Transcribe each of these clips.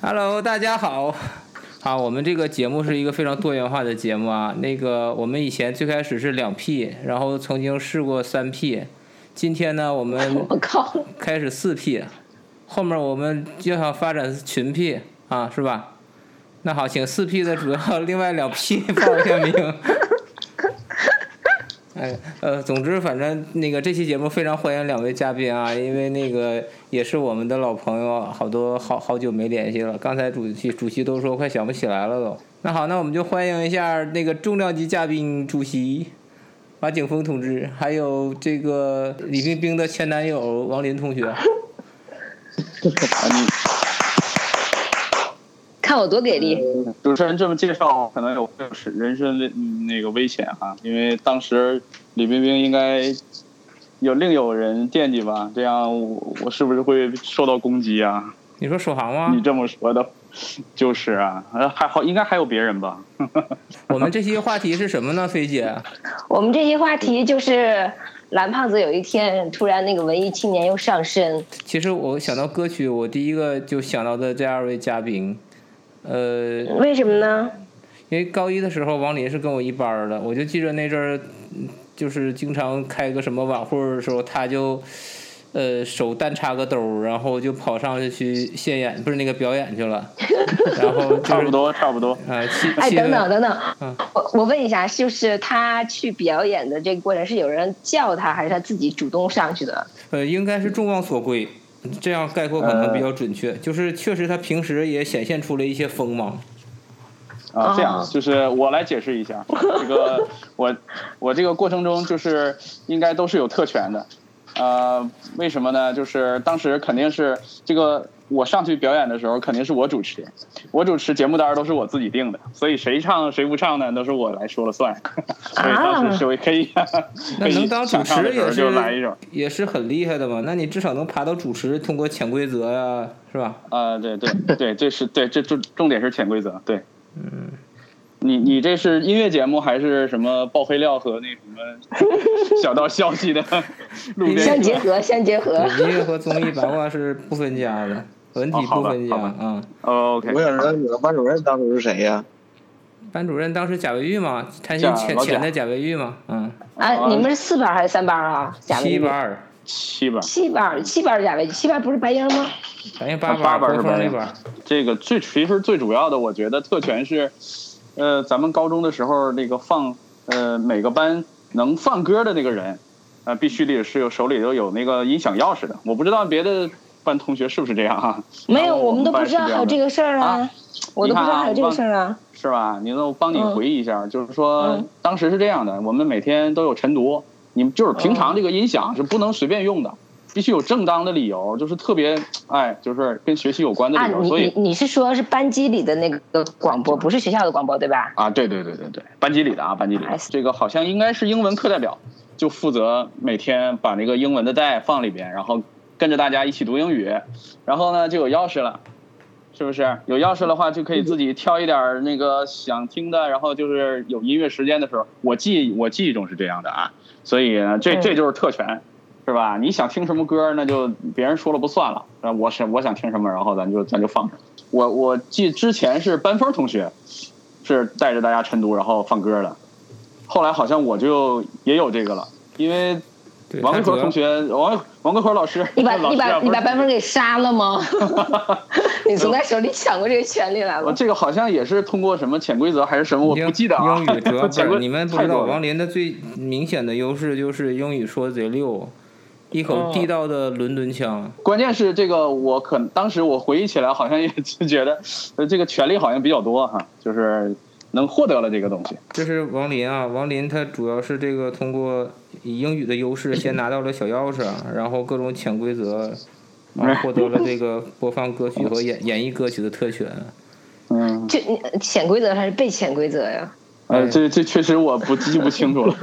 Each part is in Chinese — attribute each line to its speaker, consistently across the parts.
Speaker 1: Hello，大家好。啊，我们这个节目是一个非常多元化的节目啊。那个，我们以前最开始是两 P，然后曾经试过三 P，今天呢，我们
Speaker 2: 我靠，
Speaker 1: 开始四 P，后面我们要想发展群 P 啊，是吧？那好，请四 P 的主要另外两 P 报一下名。哎，呃，总之，反正那个这期节目非常欢迎两位嘉宾啊，因为那个也是我们的老朋友，好多好好久没联系了。刚才主席主席都说快想不起来了都。那好，那我们就欢迎一下那个重量级嘉宾主席马景峰同志，还有这个李冰冰的前男友王林同学。
Speaker 3: 啊
Speaker 2: 看我多给力！
Speaker 3: 主持人这么介绍，可能有会有是人身的嗯那个危险哈，因为当时李冰冰应该有另有人惦记吧，这样我我是不是会受到攻击啊？
Speaker 1: 你说首航吗
Speaker 3: 你？这么说的，就是啊，呃还好应该还有别人吧？
Speaker 1: 我们这期话题是什么呢，菲姐？
Speaker 2: 我们这些话题就是蓝胖子有一天突然那个文艺青年又上身，
Speaker 1: 其实我想到歌曲，我第一个就想到的这二位嘉宾，呃，
Speaker 2: 为什么呢？
Speaker 1: 因为高一的时候王林是跟我一班儿的，我就记着那阵儿，嗯就是经常开个什么晚会儿的时候，他就，呃，手单插个兜儿，然后就跑上去去现演，不是那个表演去 了，然后就
Speaker 3: 差不
Speaker 1: 是
Speaker 3: 多，差不多。
Speaker 1: 啊，气
Speaker 2: 哎，
Speaker 1: 气
Speaker 2: 等等
Speaker 1: 氛
Speaker 2: 等等
Speaker 1: 嗯，
Speaker 2: 我我问一下，就是他去表演的这个过程是有人叫他，还是他自己主动上去的？
Speaker 1: 呃，应该是众望所归，这样概括可能比较准确，就是确实他平时也显现出了一些锋芒，
Speaker 3: 啊，这样
Speaker 2: 啊
Speaker 3: 就是我来解释一下，这个我我这个过程中就是应该都是有特权的，呃，为什么呢？就是当时肯定是这个我上去表演的时候，肯定是我主持，我主持节目单儿都是我自己定的，所以谁唱谁不唱呢，都是我来说了算， 所以当时是我可以，
Speaker 1: 那
Speaker 3: 可以
Speaker 1: 能当主
Speaker 3: 想
Speaker 1: 持
Speaker 3: 唱的时
Speaker 1: 也
Speaker 3: 候
Speaker 1: 是
Speaker 3: 就来一首，
Speaker 1: 也是很厉害的嘛，那你至少能爬到主持，通过潜规则呀、是 吧？
Speaker 3: 啊，对对对，这是对，这重重点是潜规则，对，嗯，你你这是音乐节目还是什么爆黑料和那什么 小道消息的路边
Speaker 2: 相结合，相结合。
Speaker 1: 对音乐和综艺八卦是不分家的，文体不分家
Speaker 3: 哦好
Speaker 1: 啊
Speaker 3: 吧、哦？OK，
Speaker 4: 我想知道你们班主任当初是谁呀、
Speaker 1: 嗯班主任当时贾维玉嘛，贪心
Speaker 3: 贾
Speaker 1: 前
Speaker 3: 老贾
Speaker 1: 前的贾维玉嘛，嗯，
Speaker 2: 啊，
Speaker 3: 啊
Speaker 2: 你们是四班还是三班啊？贾维
Speaker 1: 七班儿，
Speaker 3: 七吧，
Speaker 2: 七班，七班贾维，七班不是白英吗？
Speaker 1: 咱也八
Speaker 3: 八班
Speaker 1: 儿，
Speaker 3: 儿
Speaker 1: 国风
Speaker 3: 是吧
Speaker 1: 那班儿，
Speaker 3: 这个最其实最主要的，我觉得特权是，呃，咱们高中的时候那个放，呃，每个班能放歌的那个人，呃，必须得是有手里头有那个音响钥匙的，我不知道别的班同学是不是这样啊？
Speaker 2: 没有，
Speaker 3: 然后
Speaker 2: 我们都不
Speaker 3: 班
Speaker 2: 知
Speaker 3: 是
Speaker 2: 道还有
Speaker 3: 样的
Speaker 2: 这个事儿啊
Speaker 3: 啊，
Speaker 2: 我都不知道还有这个
Speaker 3: 你
Speaker 2: 事
Speaker 3: 看
Speaker 2: 儿啊。
Speaker 3: 是吧？你那我帮你回忆一下，就是说
Speaker 2: 嗯
Speaker 3: 当时是这样的，我们每天都有晨读，你们就是平常这个音响是不能随便用的，必须有正当的理由，就是特别哎，就是跟学习有关的
Speaker 2: 啊，
Speaker 3: 理由，
Speaker 2: 你
Speaker 3: 所
Speaker 2: 你
Speaker 3: 以。
Speaker 2: 你是说是班级里的那个广播，不是学校的广播对吧？
Speaker 3: 啊，对对对对对，班级里的啊，班级里的
Speaker 2: I see
Speaker 3: 这个好像应该是英文课代表，就负责每天把那个英文的带放里边，然后跟着大家一起读英语，然后呢就有钥匙了，是不是？有钥匙的话就可以
Speaker 2: 嗯
Speaker 3: 自己挑一点儿那个想听的，然后就是有音乐时间的时候，我记我记忆中是这样的啊，所以呢这
Speaker 2: 嗯
Speaker 3: 这就是特权。是吧？你想听什么歌，那就别人说了不算了。那我是我想听什么，然后咱就咱就放什么。我我记之前是班峰同学，是带着大家晨读然后放歌的。后来好像我就也有这个了，因为
Speaker 1: 对，
Speaker 3: 王
Speaker 1: 他
Speaker 3: 桂
Speaker 1: 主
Speaker 3: 河
Speaker 1: 要
Speaker 3: 同学，王王桂河老师，
Speaker 2: 你把
Speaker 3: 老
Speaker 2: 你
Speaker 3: 师啊
Speaker 2: 把
Speaker 3: 不是
Speaker 2: 你把班分给杀了吗？ 你从他手里抢过这个权利来
Speaker 3: 我
Speaker 2: 了。
Speaker 3: 这个好像也是通过什么潜规则还是什么，我
Speaker 1: 英
Speaker 3: 不记得啊。
Speaker 1: 英语主 要
Speaker 3: 潜
Speaker 1: 本
Speaker 3: 规
Speaker 1: 儿，你们不
Speaker 3: 太
Speaker 1: 知道，
Speaker 3: 多了
Speaker 1: 王林的最明显的优势就是英语说贼溜，一口
Speaker 2: 哦
Speaker 1: 地道的伦敦腔。
Speaker 3: 关键是这个，我可当时我回忆起来，好像也就觉得，呃，这个权利好像比较多哈，就是能获得了这个东西。
Speaker 1: 这是王林啊，王林他主要是这个通过以英语的优势先拿到了小钥匙，然后各种潜规则，啊，获得了这个播放歌曲和演演绎歌曲的特权。
Speaker 3: 嗯，
Speaker 2: 就你呃潜规则还是被潜规则呀？
Speaker 1: 哎
Speaker 3: 呃，这这确实我不记不 清楚了。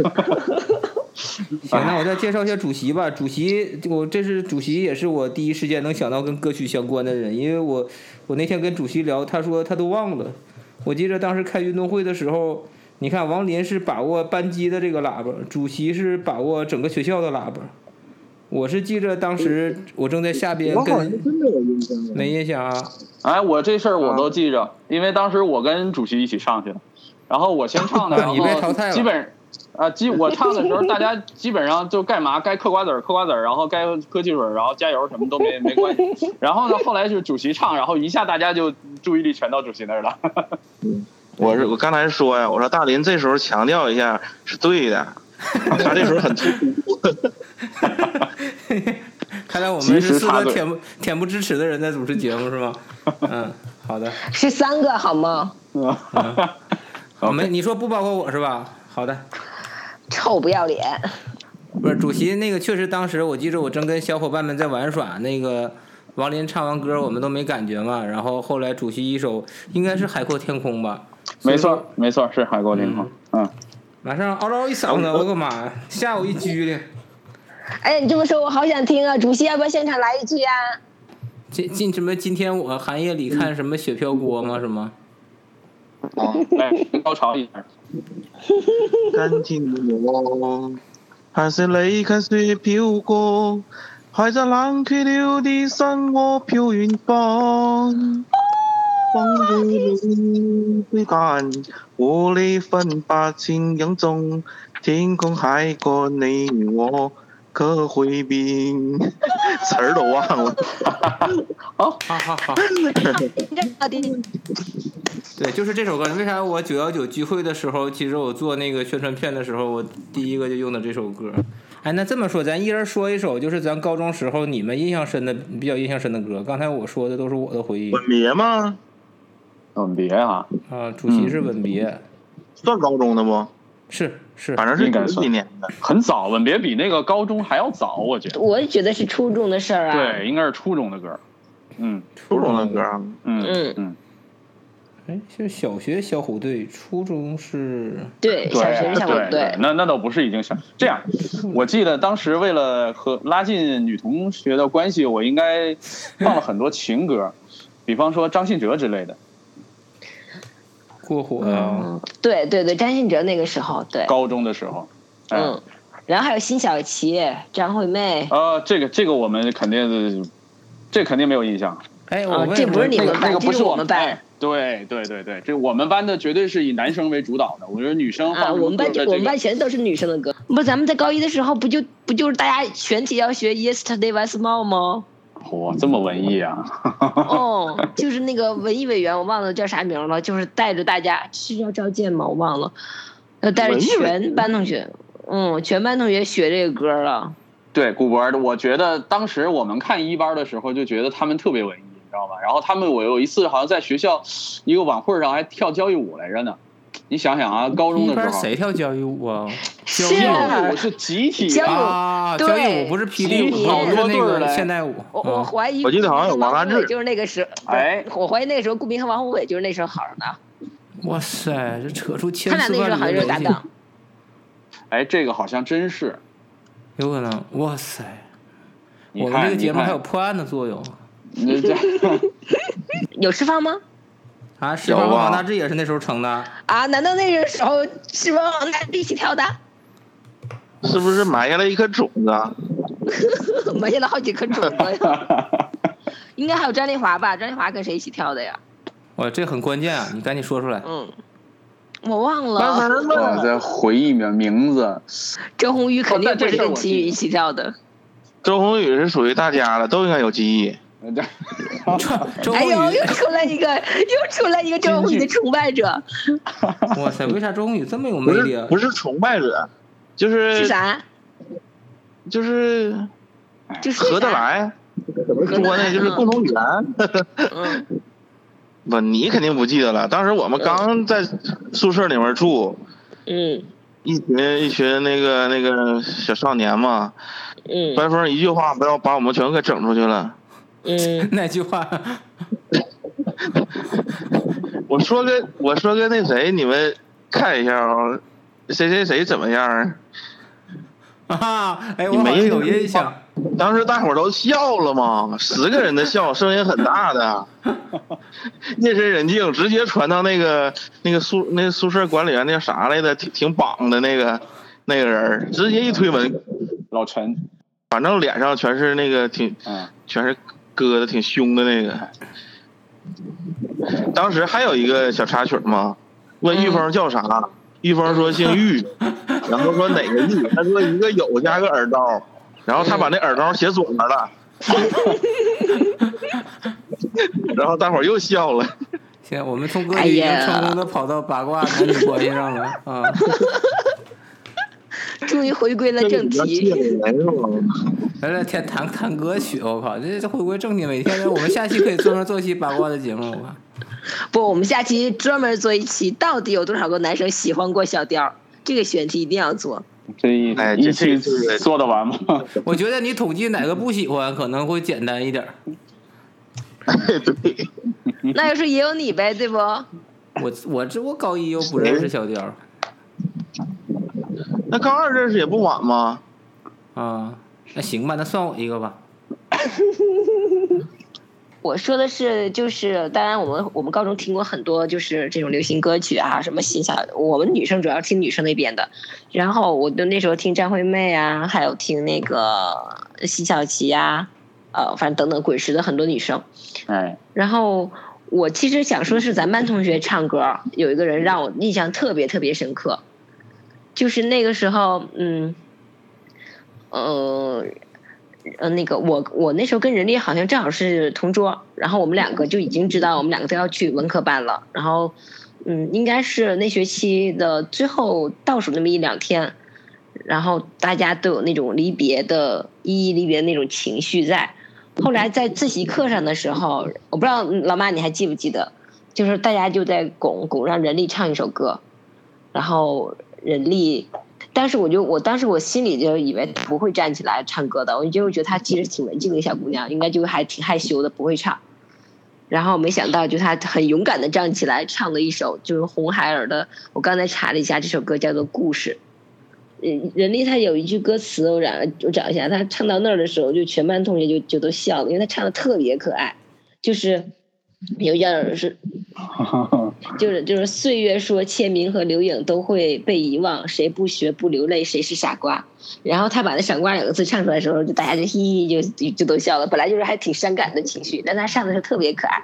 Speaker 1: 行，那我再介绍一下主席吧。主席，我这是主席，也是我第一时间能想到跟歌曲相关的人，因为我我那天跟主席聊，他说他都忘了。我记得当时开运动会的时候，你看王林是把握班级的这个喇叭，主席是把握整个学校的喇叭，我是记着当时我正在下边
Speaker 4: 我好像
Speaker 1: 跟
Speaker 4: 真没有印象了。
Speaker 1: 没印象啊，
Speaker 3: 哎，我这事儿我都记着，因为当时我跟主席一起上去的，然后我先唱的，
Speaker 1: 啊
Speaker 3: 然
Speaker 1: 你被淘
Speaker 3: 后
Speaker 1: 汰了
Speaker 3: 基本啊，基我唱的时候，大家基本上就干嘛该嗑瓜子儿嗑瓜子儿，然后该喝汽水儿，然后加油什么都没没关系。然后呢，后来就是主席唱，然后一下大家就注意力全到主席那儿了。
Speaker 4: 我是我刚才说呀，我说大林这时候强调一下是对 的，他这时候很突兀。
Speaker 1: 看来我
Speaker 3: 及
Speaker 1: 们
Speaker 3: 时
Speaker 1: 是四
Speaker 3: 插
Speaker 1: 个
Speaker 3: 队
Speaker 1: 恬不恬不知耻的人在主持节目是吗？嗯，好 的，
Speaker 2: 是三个好吗？
Speaker 1: 嗯我们你说不包括我是吧？好的，
Speaker 2: 臭不要脸！
Speaker 1: 不是主席那个确实当时我记着我正跟小伙伴们在玩耍，那个王林唱完歌我们都没感觉嘛，然后后来主席一首应该是《海阔天空》吧，
Speaker 3: 没错，没错，是海阔天空。嗯，
Speaker 1: 马上嗷嗷一嗓子，我个妈呀，吓我一激灵。
Speaker 2: 哎，你这么说，我好想听啊！主席，要不要现场来一句啊？
Speaker 1: 今今什么？今天我寒夜里看什么雪飘锅吗？什么？
Speaker 3: 来嗯哎高潮一下。
Speaker 4: 干净的我，还是离开雪飘过，还在冷却了的生活飘远方。风雨里但我呢分八千影中，天空海过你我。可会变，词儿都忘了。
Speaker 1: 好好好，
Speaker 2: 这到底
Speaker 1: 对，就是这首歌。为啥我九幺九聚会的时候，其实我做那个宣传片的时候，我第一个就用的这首歌。哎，那这么说，咱一人说一首，就是咱高中时候你们印象深的、比较印象深的歌。刚才我说的都是我的回忆
Speaker 4: 吻别吗？
Speaker 3: 嗯，别啊，
Speaker 1: 啊。主席是吻别，
Speaker 4: 算高中的不？
Speaker 1: 是是
Speaker 4: 反正是
Speaker 3: 应该
Speaker 4: 九
Speaker 3: 算
Speaker 4: 几年的。
Speaker 3: 很早，吻别比那个高中还要早，我觉得。
Speaker 2: 我也觉得是初中的事儿啊。，
Speaker 3: 对，应该是初中的歌。嗯
Speaker 4: 初中的歌啊，
Speaker 3: 嗯
Speaker 2: 嗯
Speaker 3: 嗯，
Speaker 1: 哎，是小学小虎队，初中是
Speaker 2: 对，
Speaker 3: 对
Speaker 2: 小学小
Speaker 3: 对
Speaker 2: 我对，
Speaker 3: 那那倒不是已经想这 样。我记得当时为了和拉近女同学的关系，我应该放了很多情歌，比方说张信哲之类的。
Speaker 1: 过火啊。
Speaker 2: 对对对，张信哲那个时候，对，
Speaker 3: 高中的时候，哎、
Speaker 2: 嗯，然后还有辛晓琪、张惠妹，
Speaker 3: 啊，这个这个我们肯定是，这肯定没有印象。
Speaker 1: 哎，我
Speaker 2: 啊
Speaker 1: 问、
Speaker 2: 这不是你
Speaker 3: 那
Speaker 2: 们
Speaker 3: 个
Speaker 2: 班
Speaker 3: 那个不
Speaker 2: 这是
Speaker 3: 我
Speaker 2: 我们班啊
Speaker 3: 哎对对对对，这我们班的绝对是以男生为主导的。我觉得女生
Speaker 2: 啊，
Speaker 3: 放
Speaker 2: 我们班
Speaker 3: 这
Speaker 2: 就我们班全都是女生的歌。不，咱们在高一的时候不就不就是大家全体要学 Yesterday Was More 吗？
Speaker 3: 哇，这么文艺啊！
Speaker 2: 哦，就是那个文艺委员，我忘了叫啥名了，就是带着大家是叫赵健吗？我忘了，呃，带着
Speaker 4: 文艺委
Speaker 2: 全班同学，嗯，全班同学学这个歌了。
Speaker 3: 对，古博的，我觉得当时我们看一班的时候就觉得他们特别文艺，你知道吧？然后他们我有一次好像在学校一个晚会上还跳交谊舞来着呢。你想想啊，高中
Speaker 1: 一
Speaker 3: 的时
Speaker 1: 般
Speaker 3: 候，
Speaker 1: 谁跳交谊舞啊？交
Speaker 2: 是
Speaker 3: 交谊
Speaker 2: 啊
Speaker 3: 舞是集体
Speaker 2: 交谊舞
Speaker 1: 啊，
Speaker 2: 对
Speaker 1: 交谊舞不是霹雳舞，
Speaker 2: 好
Speaker 1: 不
Speaker 3: 多
Speaker 1: 是那
Speaker 3: 对儿
Speaker 1: 个
Speaker 3: 嘞
Speaker 1: 现代舞。
Speaker 2: 我我
Speaker 1: 啊
Speaker 2: 怀疑，
Speaker 4: 我记得好像有王大治
Speaker 2: 就是那个时候，不是
Speaker 3: 哎，
Speaker 2: 我怀疑那个时候顾明和王宏伟就是那时候好上的，
Speaker 1: 哇塞，这扯出千
Speaker 2: 他俩
Speaker 1: 丝
Speaker 2: 那时
Speaker 1: 万
Speaker 2: 候好像
Speaker 1: 缕
Speaker 2: 就是
Speaker 1: 的
Speaker 2: 搭
Speaker 1: 联系，
Speaker 2: 档。
Speaker 3: 哎，这个好像真是。
Speaker 1: 有可能。哇塞，
Speaker 3: 你
Speaker 1: 我
Speaker 3: 看
Speaker 1: 们这个
Speaker 3: 你
Speaker 1: 节目
Speaker 3: 看
Speaker 1: 还有破案的作用
Speaker 3: 你这
Speaker 2: 有释放吗？
Speaker 1: 啊！十八
Speaker 4: 有
Speaker 1: 和
Speaker 4: 啊
Speaker 1: 王大治也是那时候成的，
Speaker 2: 啊？难道那个时候是帮王大治一起跳的？
Speaker 4: 是不是埋下了一颗种子啊？
Speaker 2: 埋下了好几颗种 子。应该还有张丽华吧？张丽华跟谁一起跳的呀？
Speaker 1: 哇，这很关键啊！你赶紧说出来。
Speaker 2: 嗯，我忘
Speaker 4: 慢
Speaker 2: 了。
Speaker 4: 慢
Speaker 3: 我
Speaker 4: 问。
Speaker 3: 在回忆名名字，
Speaker 2: 周鸿祎肯定不是跟齐
Speaker 3: 哦那这事儿我记
Speaker 2: 豫
Speaker 3: 得
Speaker 2: 一起跳的。
Speaker 4: 周鸿祎是属于大家了，都应该有记忆。
Speaker 1: 周
Speaker 2: 哎
Speaker 1: 鸿
Speaker 2: 呦，
Speaker 1: 祎
Speaker 2: 又，出来一个， 又出来一个周鸿祎的崇拜者，
Speaker 1: 哇塞，为啥周鸿祎这么有魅
Speaker 4: 不
Speaker 1: 力
Speaker 4: 是
Speaker 1: 啊？
Speaker 4: 不是崇拜者，就是
Speaker 2: 是啥？
Speaker 4: 就是
Speaker 2: 就是啊
Speaker 4: 合得。来。怎么说呢？就是共同语言。
Speaker 2: 嗯，
Speaker 4: 不，你肯定不记得了。当时我们刚在宿舍里面住，
Speaker 2: 嗯
Speaker 4: 一群一群那个那个小少年嘛，
Speaker 2: 嗯
Speaker 4: 班风一句话不要把我们全给整出去了。
Speaker 2: 嗯，
Speaker 1: 那句话，
Speaker 4: 我说个我说个那谁，你们看一下啊、谁谁谁怎么样啊？
Speaker 1: 啊，哎，我
Speaker 4: 你
Speaker 1: 好
Speaker 4: 没
Speaker 1: 像有
Speaker 4: 印
Speaker 1: 印象。
Speaker 4: 当时大伙儿都笑了嘛，十个人的笑，声音很大的，夜深人静，直接传到那个那个宿那个宿舍管理员那啥来的，挺挺膀的那个那个人儿，直接一推门，
Speaker 3: 老陈，
Speaker 4: 反正脸上全是那个挺
Speaker 3: 嗯，
Speaker 4: 全是割的挺凶的那个。当时还有一个小插曲嘛，问玉峰叫啥，玉峰说姓玉，然后说哪个玉，他说一个有加个耳刀，然后他把那耳刀写左边了，然后大伙儿又笑了。
Speaker 1: 行，我们从歌里已
Speaker 2: 哎
Speaker 1: 经
Speaker 2: 呀
Speaker 1: 成功的跑到八卦男女关系上了 啊！
Speaker 2: 终于回归了正题。
Speaker 4: 哎呦
Speaker 1: 来来，哎天谈谈歌曲，我靠，这这回归正题，每天我们下期可以专门做一期八卦的节目吧？
Speaker 2: 不，我们下期专门做一期，到底有多少个男生喜欢过小貂儿？这个选题一定要做。
Speaker 3: 这一
Speaker 4: 哎这
Speaker 3: 一期
Speaker 4: 这这
Speaker 3: 做得完吗？
Speaker 1: 我觉得你统计哪个不喜欢可能会简单一点儿。
Speaker 4: 哎对，
Speaker 2: 那要是也有你呗，对不？
Speaker 1: 我我这我高一又不认识小貂儿
Speaker 4: 那高二认识也不晚嘛。
Speaker 1: 啊，那行吧，那算我一个吧。
Speaker 2: 我说的是，就是当然，我们我们高中听过很多就是这种流行歌曲啊，什么新小，我们女生主要听女生那边的。然后我就那时候听张惠妹啊，还有听那个呃辛晓琪呀、呃，反正等等滚石的很多女生。
Speaker 3: 哎，
Speaker 2: 然后我其实想说，是咱班同学唱歌，有一个人让我印象特别特别深刻，就是那个时候，嗯，呃，呃，那个我我那时候跟人力好像正好是同桌，然后我们两个就已经知道我们两个都要去文科班了，然后嗯，应该是那学期的最后倒数那么一两天，然后大家都有那种离别的依依离别的那种情绪在。后来在自习课上的时候，我不知道嗯老妈你还记不记得，就是大家就在拱拱让人力唱一首歌，然后人力，但是我就我当时我心里就以为她不会站起来唱歌的，我就觉得她其实挺文静的一个小姑娘，应该就还挺害羞的，不会唱。然后没想到，就她很勇敢的站起来唱了一首，就是红孩儿的。我刚才查了一下，这首歌叫做《故事》。嗯，人力他有一句歌词，我找我找一下，他唱到那儿的时候，就全班同学就就都笑了，因为他唱的特别可爱，就是有一点是就是就是岁月说签名和留影都会被遗忘，谁不学不流泪谁是傻瓜。然后他把那“傻瓜”两个字唱出来的时候，就大家就嘻嘻就就就都笑了。本来就是还挺伤感的情绪，但他唱的是特别可爱，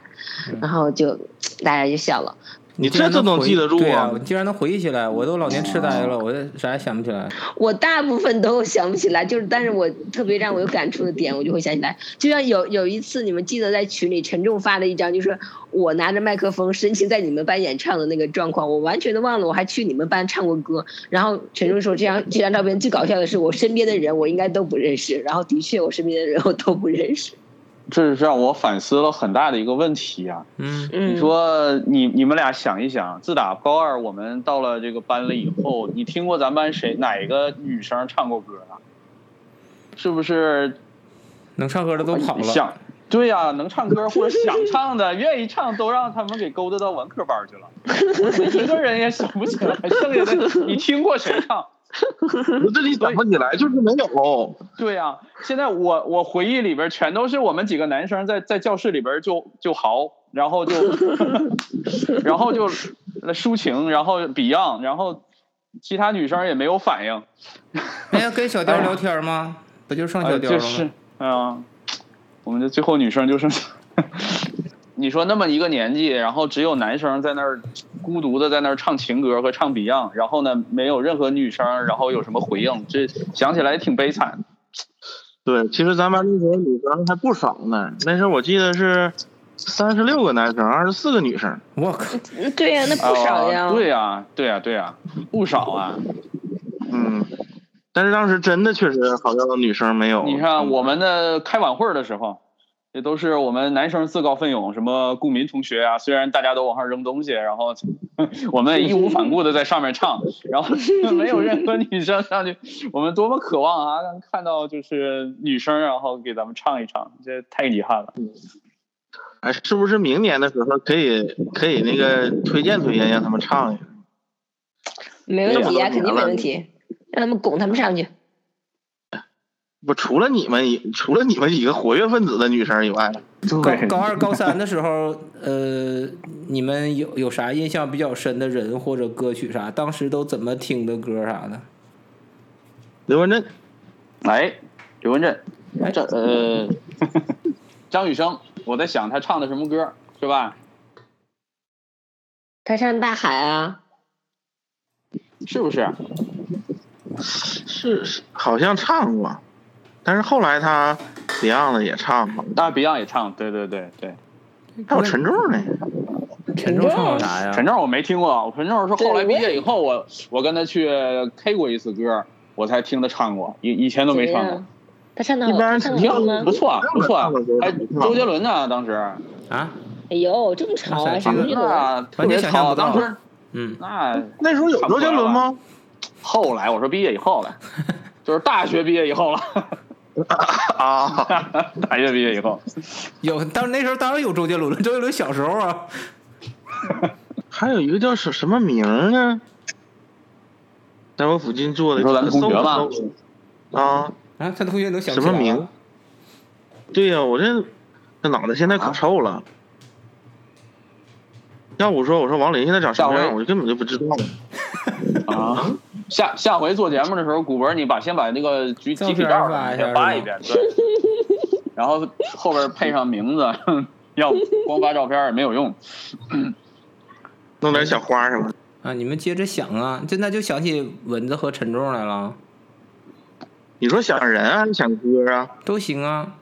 Speaker 2: 然后就大家就笑了。
Speaker 4: 你
Speaker 1: 居然
Speaker 4: 这都能
Speaker 1: 回
Speaker 4: 记得住
Speaker 1: 对
Speaker 4: 啊
Speaker 1: 啊？
Speaker 4: 哦
Speaker 1: 你竟然能回忆起来，我都老年痴呆了，我这啥也想不起来。
Speaker 2: 我大部分都想不起来，就是但是我特别让我有感触的点，我就会想起来。就像有有一次，你们记得在群里陈重发了一张，就是我拿着麦克风深情在你们班演唱的那个状况，我完全都忘了，我还去你们班唱过歌。然后陈重说，这张这张照片最搞笑的是，我身边的人我应该都不认识，然后的确我身边的人我都不认识。
Speaker 3: 这是让我反思了很大的一个问题啊。
Speaker 1: 嗯，
Speaker 2: 嗯，
Speaker 3: 你说你你们俩想一想，自打高二我们到了这个班里以后，你听过咱班谁哪个女生唱过歌啊？是不是
Speaker 1: 能唱歌的都
Speaker 4: 哎
Speaker 1: 跑了。
Speaker 3: 想？对呀、能唱歌或者想唱的、愿意唱，都让他们给勾搭到文科班去了。 我一个人也想不起来，剩下的你听过谁唱？
Speaker 4: 我这里想不起来，就是没有。
Speaker 3: 对呀、现在我我回忆里边全都是我们几个男生在在教室里边就就嚎，然后就然后就呃抒情，然后 Beyond，然后其他女生也没有反应，
Speaker 1: 哎呀，跟小貂聊天吗？不就
Speaker 4: 哎
Speaker 1: 剩小
Speaker 3: 呃、
Speaker 1: 貂了
Speaker 3: 就
Speaker 1: 吗？
Speaker 3: 是嗯、我们的最后女生就剩下。 你说那么一个年纪，然后只有男生在那儿孤独的在那儿唱情歌和唱 Beyond，然后呢没有任何女生，然后有什么回应，这想起来也挺悲惨。
Speaker 4: 对，其实咱班那时候女生还不少呢。那时候我记得是三十六个男生，二十四个女生。
Speaker 1: 我靠，
Speaker 2: 嗯对呀、那不少呀。
Speaker 3: 啊对呀、对呀、对呀、不少啊！
Speaker 4: 嗯，但是当时真的确实好像女生没有。
Speaker 3: 你看我们的开晚会的时候，也都是我们男生自告奋勇，什么顾民同学啊，虽然大家都往上扔东西，然后 我们也义无反顾的在上面唱，然后 没有任何女生上去，我们多么渴望啊，能看到就是女生，然后给咱们唱一唱，这太遗憾了。
Speaker 4: 哎，是不是明年的时候可以可以那个推荐推荐，让他们唱一下？
Speaker 2: 没问题呀、
Speaker 4: 对呀
Speaker 2: 肯定没问题。让他们拱他们上去。
Speaker 4: 不，除了你们以，除了你们几个活跃分子的女生以外，
Speaker 1: 高高二、高三的时候，呃，你们有有啥印象比较深的人或者歌曲啥？当时都怎么听的歌啥的？
Speaker 4: 刘文振，
Speaker 3: 哎，刘文振
Speaker 1: 哎，
Speaker 3: 这 呃，张雨生，我在想他唱的什么歌是吧？
Speaker 2: 他上大海啊，
Speaker 3: 是不是？
Speaker 4: 是是，好像唱过，但是后来他 Beyond 也唱过，
Speaker 3: 啊，Beyond 也唱，对对对对。
Speaker 4: 还有陈重呢。
Speaker 1: 陈州唱过啥呀？
Speaker 3: 陈正我没听过，我陈正是后来毕业以后，我我跟他去 K 过一次歌，我才听他唱过，以以前都没
Speaker 2: 怎
Speaker 3: 唱过。
Speaker 2: 样。他唱的
Speaker 4: 一
Speaker 2: 好，他
Speaker 4: 般
Speaker 2: 唱的
Speaker 4: 你
Speaker 2: 好
Speaker 4: 要
Speaker 2: 听吗
Speaker 3: 不？错
Speaker 1: 嗯
Speaker 3: 不错
Speaker 4: 唱过歌，
Speaker 3: 还
Speaker 4: 没唱过
Speaker 3: 周杰伦呢，当时
Speaker 1: 啊，
Speaker 2: 哎呦，这么潮
Speaker 1: 哇塞
Speaker 2: 啊！什
Speaker 1: 这
Speaker 2: 么
Speaker 1: 个
Speaker 2: 乐队啊？
Speaker 3: 那特别
Speaker 1: 想象
Speaker 3: 吵，
Speaker 1: 不到
Speaker 3: 当时
Speaker 1: 嗯，
Speaker 3: 那
Speaker 4: 那时候有周杰伦吗？
Speaker 3: 后来我说毕业以后了， 就是大学毕业以后了，
Speaker 4: 啊，
Speaker 3: 大学毕业以后，
Speaker 1: 有，当那时候当然有周杰伦了，周杰伦小时候啊，
Speaker 4: 还有一个叫什什么名儿呢？在我附近做的，
Speaker 3: 你说咱们同学吧
Speaker 4: 搜一搜啊，
Speaker 1: 啊，他同学能想
Speaker 4: 什
Speaker 1: 不起
Speaker 4: 么
Speaker 1: 来
Speaker 4: 名
Speaker 1: 啊？？
Speaker 4: 对呀、我这这脑袋现在可臭了。要不说我说王林现在长什么
Speaker 3: 下
Speaker 4: 样，
Speaker 3: 回
Speaker 4: 我就根本就不知道了。
Speaker 3: 啊，下下回做节目的时候，古文你把先把那个集
Speaker 1: 照
Speaker 3: 集体
Speaker 1: 片
Speaker 3: 照
Speaker 1: 发一下
Speaker 3: 先发
Speaker 1: 是
Speaker 3: 一
Speaker 1: 吧
Speaker 3: 遍，对，然后后边配上名字， 要光发照片也没有用。
Speaker 4: 弄点小花什么的。
Speaker 1: 啊，你们接着想啊，真的就想起蚊子和陈仲来了，
Speaker 4: 你说想人啊，还是想歌啊？
Speaker 1: 都行啊。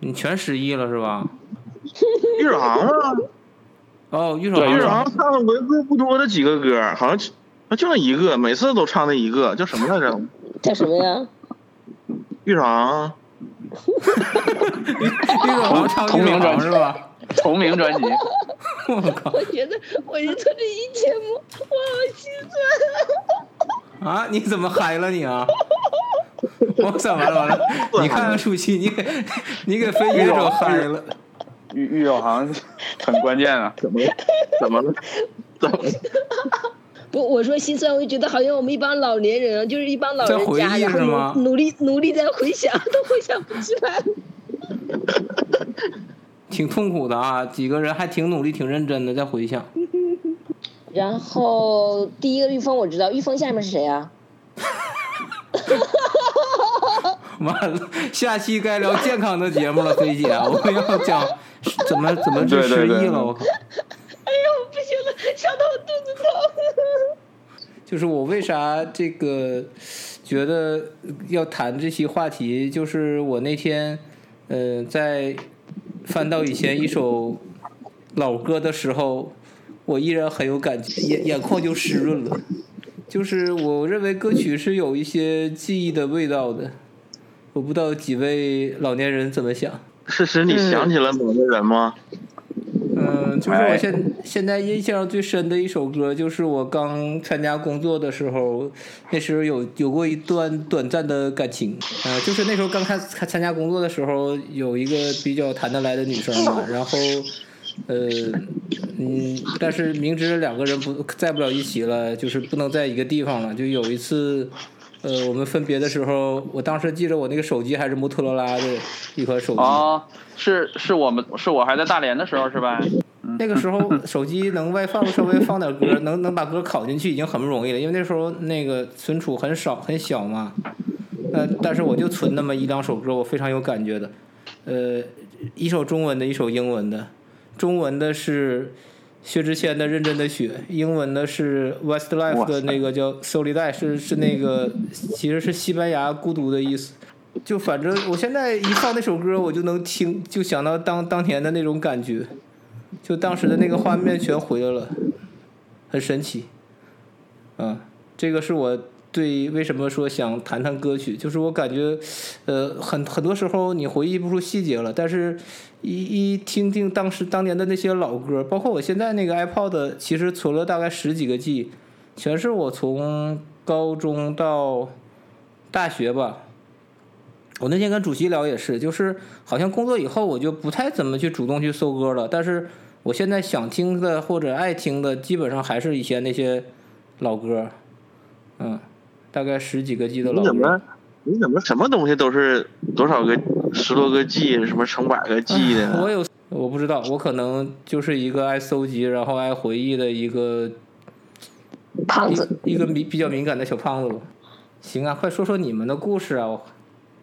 Speaker 1: 你全失忆了是吧？
Speaker 4: 玉置航啊，
Speaker 1: 哦，玉手
Speaker 3: 对
Speaker 4: 玉
Speaker 1: 旁
Speaker 4: 置
Speaker 3: 手
Speaker 4: 航唱的为数不多的几个歌，好像就啊就那一个，每次都唱那一个，叫什么来着？
Speaker 2: 叫什么呀？
Speaker 4: 玉置航，
Speaker 1: 玉手旁唱
Speaker 3: 同
Speaker 1: 玉手
Speaker 3: 名
Speaker 1: 旁
Speaker 3: 专
Speaker 1: 是吧？
Speaker 3: 同名专辑，
Speaker 1: 我靠
Speaker 2: 我觉得我是做这一节目，我好心酸。
Speaker 1: 啊！你怎么嗨了你啊？我操！完了完了！你看看舒淇，你给你给飞宇整嗨了。
Speaker 3: 玉玉手行很关键啊。
Speaker 4: 怎么了？怎么了？怎么了？
Speaker 2: 不，我说心酸，我就觉得好像我们一帮老年人啊，就是一帮老
Speaker 1: 在
Speaker 2: 人
Speaker 1: 回
Speaker 2: 家，
Speaker 1: 忆
Speaker 2: 然
Speaker 1: 是吗
Speaker 2: 后努努力努力在回想，都回想不起来。
Speaker 1: 挺痛苦的啊，几个人还挺努力、挺认真的在回想。
Speaker 2: 然后第一个玉峰我知道，玉峰下面是谁啊？
Speaker 1: 完了，下期该聊健康的节目了，飞姐，啊 我们要讲怎么怎么治
Speaker 3: 对对
Speaker 1: 失忆
Speaker 3: 对
Speaker 1: 了。我靠，
Speaker 2: 哎呀，我不行了，笑到我肚子疼。
Speaker 1: 就是我为啥这个觉得要谈这期话题，就是我那天嗯、呃在翻到以前一首老歌的时候，我依然很有感觉，眼眼眶就湿润了。就是我认为歌曲是有一些记忆的味道的，我不知道几位老年人怎么想。
Speaker 4: 是使你想起了某个人吗？
Speaker 1: 嗯，就是我
Speaker 3: 哎
Speaker 1: 现现在印象最深的一首歌，就是我刚参加工作的时候，那时候有有过一段短暂的感情。呃，就是那时候刚开始参加工作的时候，有一个比较谈得来的女生嘛，然后，呃，嗯，但是明知两个人不在不了一起了，就是不能在一个地方了，就有一次。呃，我们分别的时候，我当时记着我那个手机还是摩托罗拉的一款手机，
Speaker 3: 哦，是是我们是我还在大连的时候是吧？
Speaker 1: 那个时候手机能外放，稍微放点歌，能能把歌拷进去已经很不容易了，因为那时候那个存储很少很小嘛。呃，但是我就存那么一两首歌，我非常有感觉的，呃，一首中文的，一首英文的。中文的是薛之谦的《认真的雪》，英文的是 Westlife
Speaker 3: 哇
Speaker 1: 的
Speaker 3: 塞
Speaker 1: 那个叫《Soledad》，是是那个其实是西班牙孤独的意思。就反正我现在一放那首歌，我就能听，就想到当当年的那种感觉。就当时的那个画面全回来了，很神奇。嗯，这个是我对为什么说想谈谈歌曲，就是我感觉，呃，很很多时候你回忆不出细节了，但是一一听听当时当年的那些老歌，包括我现在那个 iPod，其实存了大概十几个 G，全是我从高中到大学吧，我那天跟主席聊也是，就是好像工作以后我就不太怎么去主动去搜歌了，但是我现在想听的或者爱听的，基本上还是以前那些老歌，嗯，大概十几个 G 的老
Speaker 4: 你怎
Speaker 1: 歌
Speaker 4: 么，你怎么什么东西都是多少个十多个 G，什么成百个 G 的
Speaker 1: 哎 我
Speaker 4: 呢？
Speaker 1: 有我不知道，我可能就是一个爱搜集然后爱回忆的一个
Speaker 2: 胖子，
Speaker 1: 一一个敏比较敏感的小胖子吧。行啊，快说说你们的故事啊！我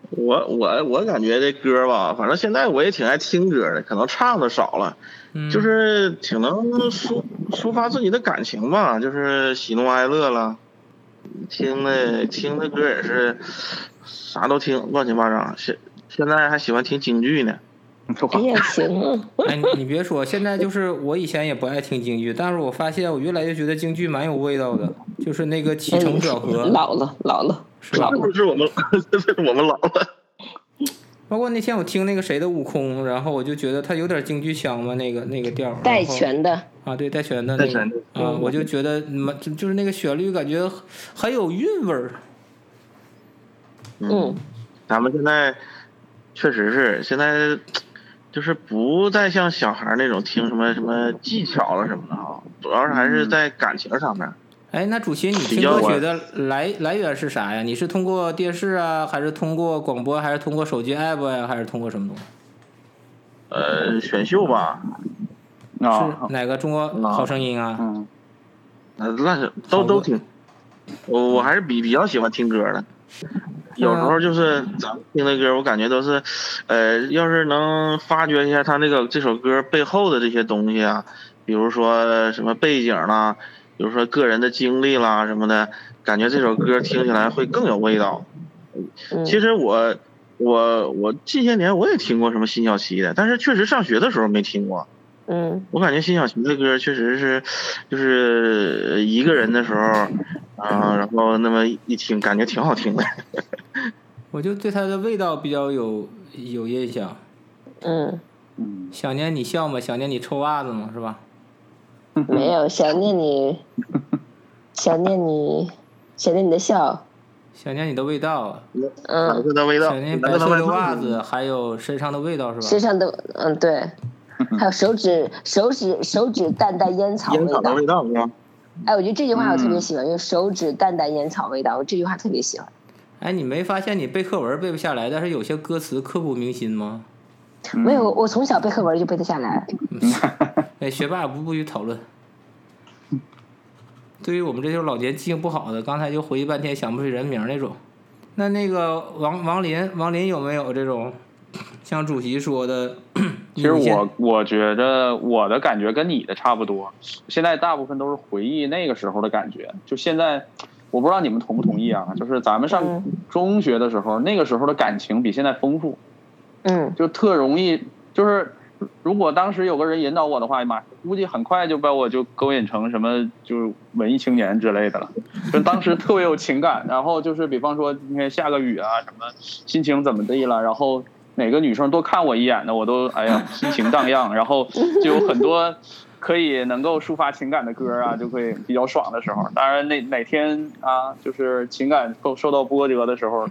Speaker 4: 我我我感觉这歌吧，反正现在我也挺爱听歌的，可能唱的少了，
Speaker 1: 嗯
Speaker 4: 就是挺能抒抒发自己的感情吧，就是喜怒哀乐了。听的听的歌也是啥都听，乱七八糟。现现在还喜欢听京剧呢。
Speaker 2: 你也行啊。
Speaker 1: 哎，你你别说，现在就是我以前也不爱听京剧，但是我发现我越来越觉得京剧蛮有味道的，就是那个起承转
Speaker 4: 嗯
Speaker 1: 合，
Speaker 2: 嗯老了，老了，
Speaker 1: 是吧
Speaker 2: 老
Speaker 4: 是
Speaker 2: 了。
Speaker 4: 不是我们 是我们老了？
Speaker 1: 包括那天我听那个谁的《悟空》，然后我就觉得他有点京剧腔嘛，那个那个调儿。
Speaker 2: 带
Speaker 1: 然后
Speaker 2: 拳的，
Speaker 1: 啊，对带拳的那
Speaker 4: 带
Speaker 1: 个
Speaker 4: 拳的
Speaker 1: 啊，我就觉得蛮就就是那个旋律感觉很很有韵味儿。哦
Speaker 2: 嗯，
Speaker 4: 咱们现在确实是现在，就是不再像小孩儿那种听什么什么技巧了什么的啊，主要是还是在感情上面。
Speaker 1: 哎，那主席，你听
Speaker 4: 比较
Speaker 1: 歌
Speaker 4: 晚
Speaker 1: 曲的来来源是啥呀？你是通过电视啊，还是通过广播，还是通过手机 app 呀、还是通过什么东西？
Speaker 4: 呃，选秀吧，
Speaker 3: 啊
Speaker 1: 是，哪个中国好声音啊？
Speaker 3: 嗯，
Speaker 4: 那那是都
Speaker 1: 好
Speaker 4: 都
Speaker 1: 歌
Speaker 4: 听。我我还是比比较喜欢听歌的，有时候就是咱们听的歌，我感觉都是，呃，要是能发掘一下他那个这首歌背后的这些东西啊，比如说什么背景啦，比如说个人的经历啦什么的，感觉这首歌听起来会更有味道。
Speaker 2: 嗯
Speaker 4: 其实我我我近些年我也听过什么辛晓琪的，但是确实上学的时候没听过。
Speaker 2: 嗯
Speaker 4: 我感觉辛晓琪的歌确实是，就是呃一个人的时候，啊，然后那么一听，感觉挺好听的。
Speaker 1: 我就对它的味道比较有有印象。
Speaker 2: 嗯，
Speaker 3: 嗯，
Speaker 1: 想念你笑吗？想念你臭袜子吗？是吧？
Speaker 2: 没有想念你，想念你，想念你的笑，
Speaker 1: 想念你的味道，啊
Speaker 4: 蓝
Speaker 2: 嗯，
Speaker 4: 色的味道，
Speaker 1: 想念白
Speaker 4: 蓝色
Speaker 1: 色
Speaker 4: 味
Speaker 1: 的
Speaker 4: 道
Speaker 1: 袜子，还有身上的味道，是
Speaker 2: 身
Speaker 1: 吧？
Speaker 2: 上都嗯对， 还有手指手指手指淡淡烟草
Speaker 4: 烟
Speaker 2: 味
Speaker 4: 草的
Speaker 2: 道。
Speaker 4: 味道是吧？
Speaker 2: 哎，我觉得这句话我特别
Speaker 3: 嗯
Speaker 2: 喜欢，就手指淡淡烟草味道，我这句话特别喜欢。
Speaker 1: 哎，你没发现你背课文背不下来，但是有些歌词刻骨铭心吗？
Speaker 2: 没
Speaker 4: 嗯
Speaker 2: 有，我从小背课文就背得下来。
Speaker 1: 哎，学霸不不予讨论。对于我们这种老年记性不好的，刚才就回忆半天想不起人名那种。那那个王王林，王林有没有这种像主席说的？
Speaker 3: 其实
Speaker 1: 你先
Speaker 3: 我我觉得我的感觉跟你的差不多，现在大部分都是回忆那个时候的感觉。就现在，我不知道你们同不同意啊，就是咱们上
Speaker 2: 嗯
Speaker 3: 中学的时候，那个时候的感情比现在丰富，
Speaker 2: 嗯，
Speaker 3: 就特容易，就是如果当时有个人引导我的话，哎妈，估计很快就把我就勾引成什么就是文艺青年之类的了。就当时特别有情感，然后就是比方说今天下个雨啊，什么心情怎么地了，然后哪个女生多看我一眼呢，我都哎呀心情荡漾，然后就有很多。可以能够抒发情感的歌啊，就会比较爽的时候。当然那，哪天啊，就是情感受受到波折的时候，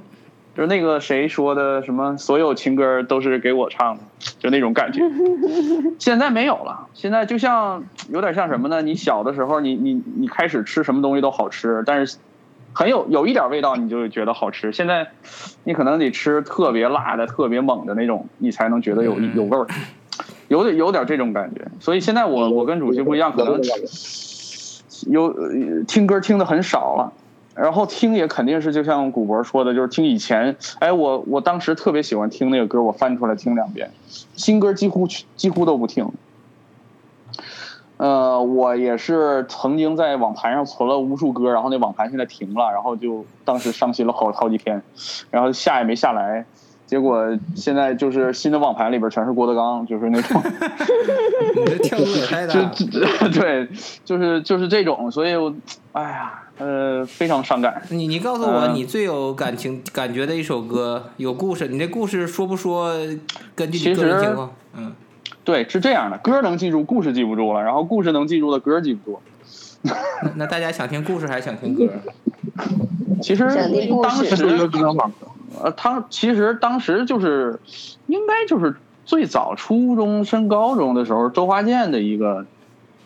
Speaker 3: 就是那个谁说的什么，所有情歌都是给我唱的，就那种感觉。现在没有了，现在就像有点像什么呢？你小的时候你，你你开始吃什么东西都好吃，但是很有有一点味道，你就觉得好吃。现在你可能得吃特别辣的、特别猛的那种，你才能觉得有
Speaker 1: 嗯
Speaker 3: 有味儿，有点有点这种感觉。所以现在我我跟主席不一样，可能有呃听歌听的很少了。然后听也肯定是就像古博说的，就是听以前，哎，我我当时特别喜欢听那个歌，我翻出来听两遍，新歌几乎几乎都不听。呃，我也是曾经在网盘上存了无数歌，然后那网盘现在停了，然后就当时伤心了好好几天，然后下也没下来，结果现在就是新的网盘里边全是郭德纲，就是那种。
Speaker 1: 你这跳度也太大
Speaker 3: 就
Speaker 1: 了。
Speaker 3: 就对，就是就是这种，所以我，哎呀，呃，非常伤感。
Speaker 1: 你你告诉我，
Speaker 3: 嗯
Speaker 1: 你最有感情感觉的一首歌，有故事。你这故事说不说？根据你
Speaker 3: 其
Speaker 1: 个人
Speaker 3: 实
Speaker 1: 情况，嗯，
Speaker 3: 对，是这样的，歌能记住，故事记不住了，然后故事能记住的歌记不住。
Speaker 1: 那那大家想听故事还是想听歌？
Speaker 3: 其实
Speaker 2: 想听故
Speaker 3: 当
Speaker 2: 事
Speaker 4: 是一个
Speaker 3: 时，
Speaker 4: 歌嘛，
Speaker 3: 呃，当其实当时就是，应该就是最早初中升高中的时候，周华健的一个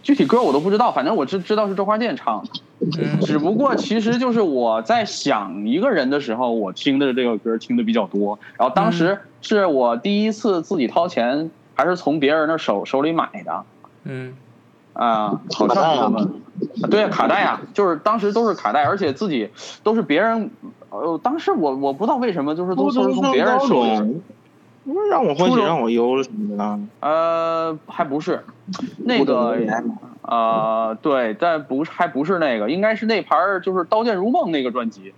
Speaker 3: 具体歌我都不知道，反正我知知道是周华健唱的。
Speaker 1: 嗯，
Speaker 3: 只不过其实就是我在想一个人的时候，我听的这个歌听的比较多。然后当
Speaker 2: 嗯
Speaker 3: 时是我第一次自己掏钱，还是从别人那手手里买的
Speaker 1: 嗯，
Speaker 3: 啊， 好像是这么。啊对，卡带啊，就是当时都是卡带，而且自己都是别人呃，当时我我不知道为什么，就是都
Speaker 4: 初
Speaker 3: 都
Speaker 4: 中
Speaker 3: 是从
Speaker 4: 上
Speaker 3: 别人
Speaker 4: 高
Speaker 3: 说的。
Speaker 4: 中，不是让我欢
Speaker 3: 初
Speaker 4: 喜
Speaker 3: 中
Speaker 4: 让我忧了什么的啊。
Speaker 3: 呃，还不是那个呃，对，但不是还不是那个，应该是那盘儿就是《刀剑如梦》那个专辑，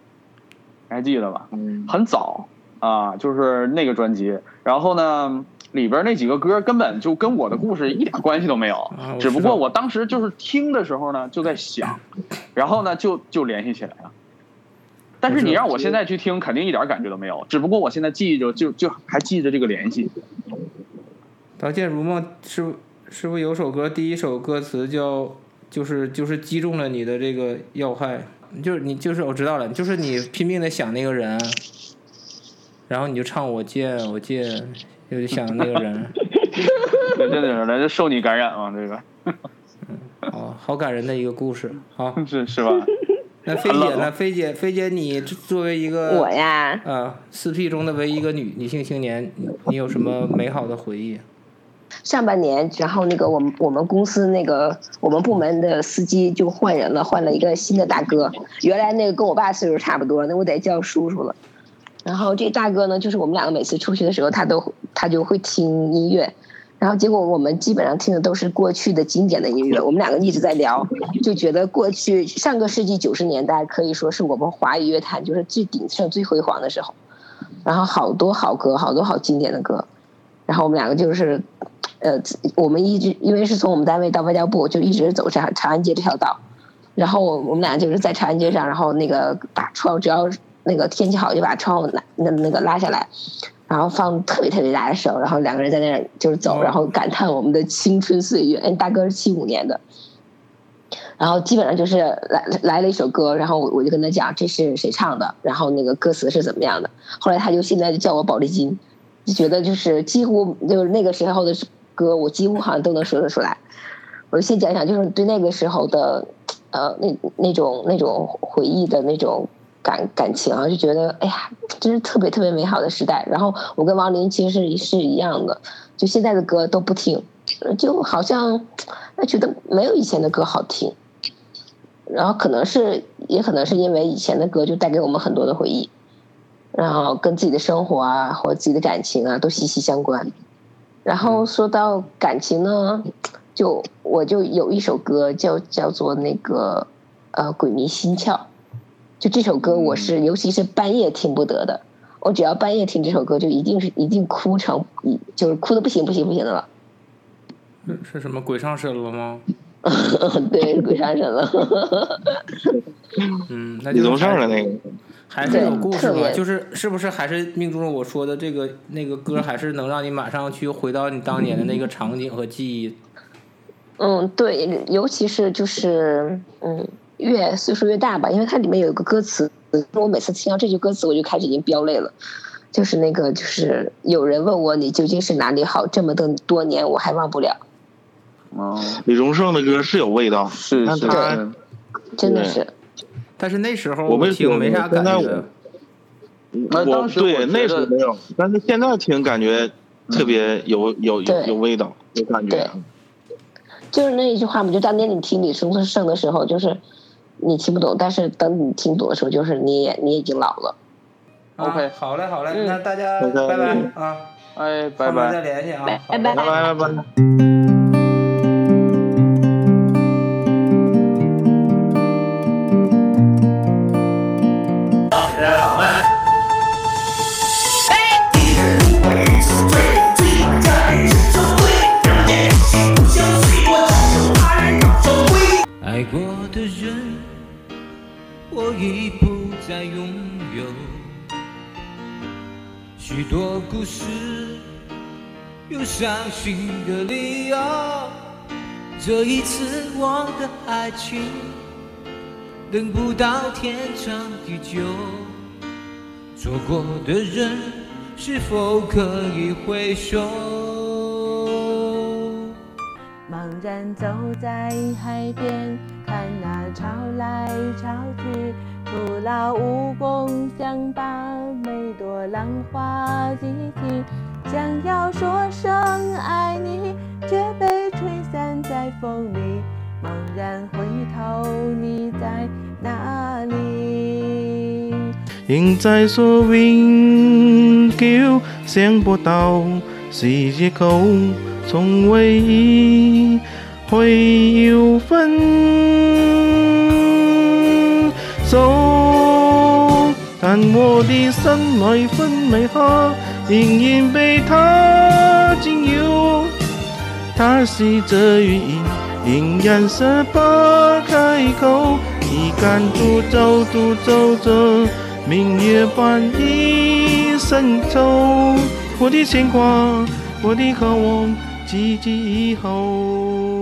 Speaker 3: 还记得吧？
Speaker 4: 嗯，
Speaker 3: 很早啊，就是那个专辑。然后呢，里边那几个歌根本就跟我的故事一点关系都没有，
Speaker 1: 啊我
Speaker 3: 只不
Speaker 1: 知道
Speaker 3: 过我当时就是听的时候呢，就 在想，然后呢就就联系起来了。但是你让我现在去听，肯定一点感觉都没有。只不过我现在记着，就就还记着这个联系。
Speaker 1: 刀剑如梦是不是不是有首歌，第一首歌词叫就是就是击中了你的这个要害，就是你就是我知道了，就是你拼命的想那个人，然后你就唱我见我见，就是想那个人，
Speaker 3: 这这这这受你感染嘛？这个
Speaker 1: 哦，好感人的一个故事。好，
Speaker 3: 是是吧？
Speaker 1: 那菲姐呢？菲姐，菲姐，你作为一
Speaker 4: 呃
Speaker 1: 个
Speaker 2: 我呀，
Speaker 1: 啊四 P 中的唯一一个女女性青年，你你有什么美好的回忆？
Speaker 2: 上半年，然后那个我们我们公司那个我们部门的司机就换人了，换了一个新的大哥。原来那个跟我爸岁数差不多，那我得叫叔叔了。然后这大哥呢，就是我们两个每次出去的时候，他都他就会听音乐。然后结果我们基本上听的都是过去的经典的音乐，我们两个一直在聊，就觉得过去上个世纪九十年代可以说是我们华语乐坛就是最鼎盛、最辉煌的时候，然后好多好歌，好多好经典的歌，然后我们两个就是，呃，我们一直因为是从我们单位到外交部，就一直走长长安街这条道，然后我我们俩就是在长安街上，然后那个把窗户只要那个天气好就把窗户拉那那个拉下来，然后放特别特别大的手，然后两个人在那儿就是走，
Speaker 1: 哦
Speaker 2: 然后感叹我们的青春岁月。哎，大哥是七五年的。然后基本上就是来来了一首歌，然后我我就跟他讲这是谁唱的，然后那个歌词是怎么样的。后来他就现在就叫我宝丽金，就觉得就是几乎就是那个时候的歌，我几乎好像都能说得出来。我先讲讲，就是对那个时候的，呃，那那种那种回忆的那种感感情啊，就觉得哎呀，真是特别特别美好的时代。然后我跟王林其实是是一样的，就现在的歌都不听，就好像哎觉得没有以前的歌好听。然后可能是，也可能是因为以前的歌就带给我们很多的回忆，然后跟自己的生活啊或自己的感情啊都息息相关。然后说到感情呢，就我就有一首歌叫叫做那个呃《鬼迷心窍》，就这首歌我是、尤其是半夜听不得的，我只要半夜听这首歌就一定是一定哭成一就是哭的不行不行不行的了。
Speaker 1: 是是什么鬼上身了吗？
Speaker 2: 对，鬼上身了。
Speaker 1: 嗯，那
Speaker 4: 你
Speaker 1: 就
Speaker 4: 怎么
Speaker 1: 是
Speaker 4: 事
Speaker 1: 还
Speaker 4: 儿了那个？
Speaker 1: 还是有
Speaker 2: 对
Speaker 1: 故事
Speaker 2: 特
Speaker 1: 吧，
Speaker 2: 别
Speaker 1: 就是是不是还是命中了我说的这个那个歌，还是能让你马上去回到你当年的那个场景和记忆？
Speaker 2: 嗯，对，尤其是就是嗯，越岁数越大吧，因为它里面有一个歌词，我每次听到这句歌词，我就开始已经飙泪了。就是那个，就是有人问我你究竟是哪里好，这么多多年我还忘不了，
Speaker 3: 嗯，
Speaker 4: 李宗盛的歌是有味道，
Speaker 3: 是
Speaker 4: 那
Speaker 3: 是
Speaker 4: 他
Speaker 3: 是，
Speaker 2: 真的
Speaker 4: 对
Speaker 2: 是。
Speaker 1: 但是那时候
Speaker 4: 我没
Speaker 1: 听没啥
Speaker 4: 我现
Speaker 1: 感
Speaker 4: 在
Speaker 1: 觉
Speaker 4: 我，我
Speaker 3: 那当时我
Speaker 4: 对
Speaker 3: 觉
Speaker 4: 那时候
Speaker 3: 得
Speaker 4: 没有，但是现在听感觉特别有有有
Speaker 2: 对
Speaker 4: 有味道，有感觉
Speaker 2: 对。就是那一句话嘛，就当年你听李宗盛的时候，就是你听不懂，但是等你听懂的时候，就是你也你也已经老了。
Speaker 1: 啊
Speaker 3: OK
Speaker 1: 好嘞好嘞，
Speaker 3: 嗯
Speaker 1: 那大家
Speaker 4: 大家
Speaker 1: 拜拜
Speaker 4: 嗯
Speaker 1: 啊，
Speaker 3: 哎，拜
Speaker 1: 后面再
Speaker 3: 拜。
Speaker 1: 联系啊，
Speaker 2: 拜
Speaker 1: 好嘞
Speaker 2: 拜拜
Speaker 4: 拜拜拜拜。
Speaker 5: 爱过的人，我已不再拥有。许多故事有伤心的理由。这一次我的爱情等不到天长地久，错过的人是否可以回首？
Speaker 6: 茫然走在海边，看那潮来潮去，徒劳无功，想把每朵浪花记起。想要说声爱你，却被吹散在风里。茫然回头，你在哪里？
Speaker 7: 仍在所永久，想搏斗是借口，从未意会要分手。但我的心内分未开，仍然被他占有。他是这语言，仍然舍不开口，时间独走独走着，明月伴一身愁。我的牵挂，我的渴望，自知以后。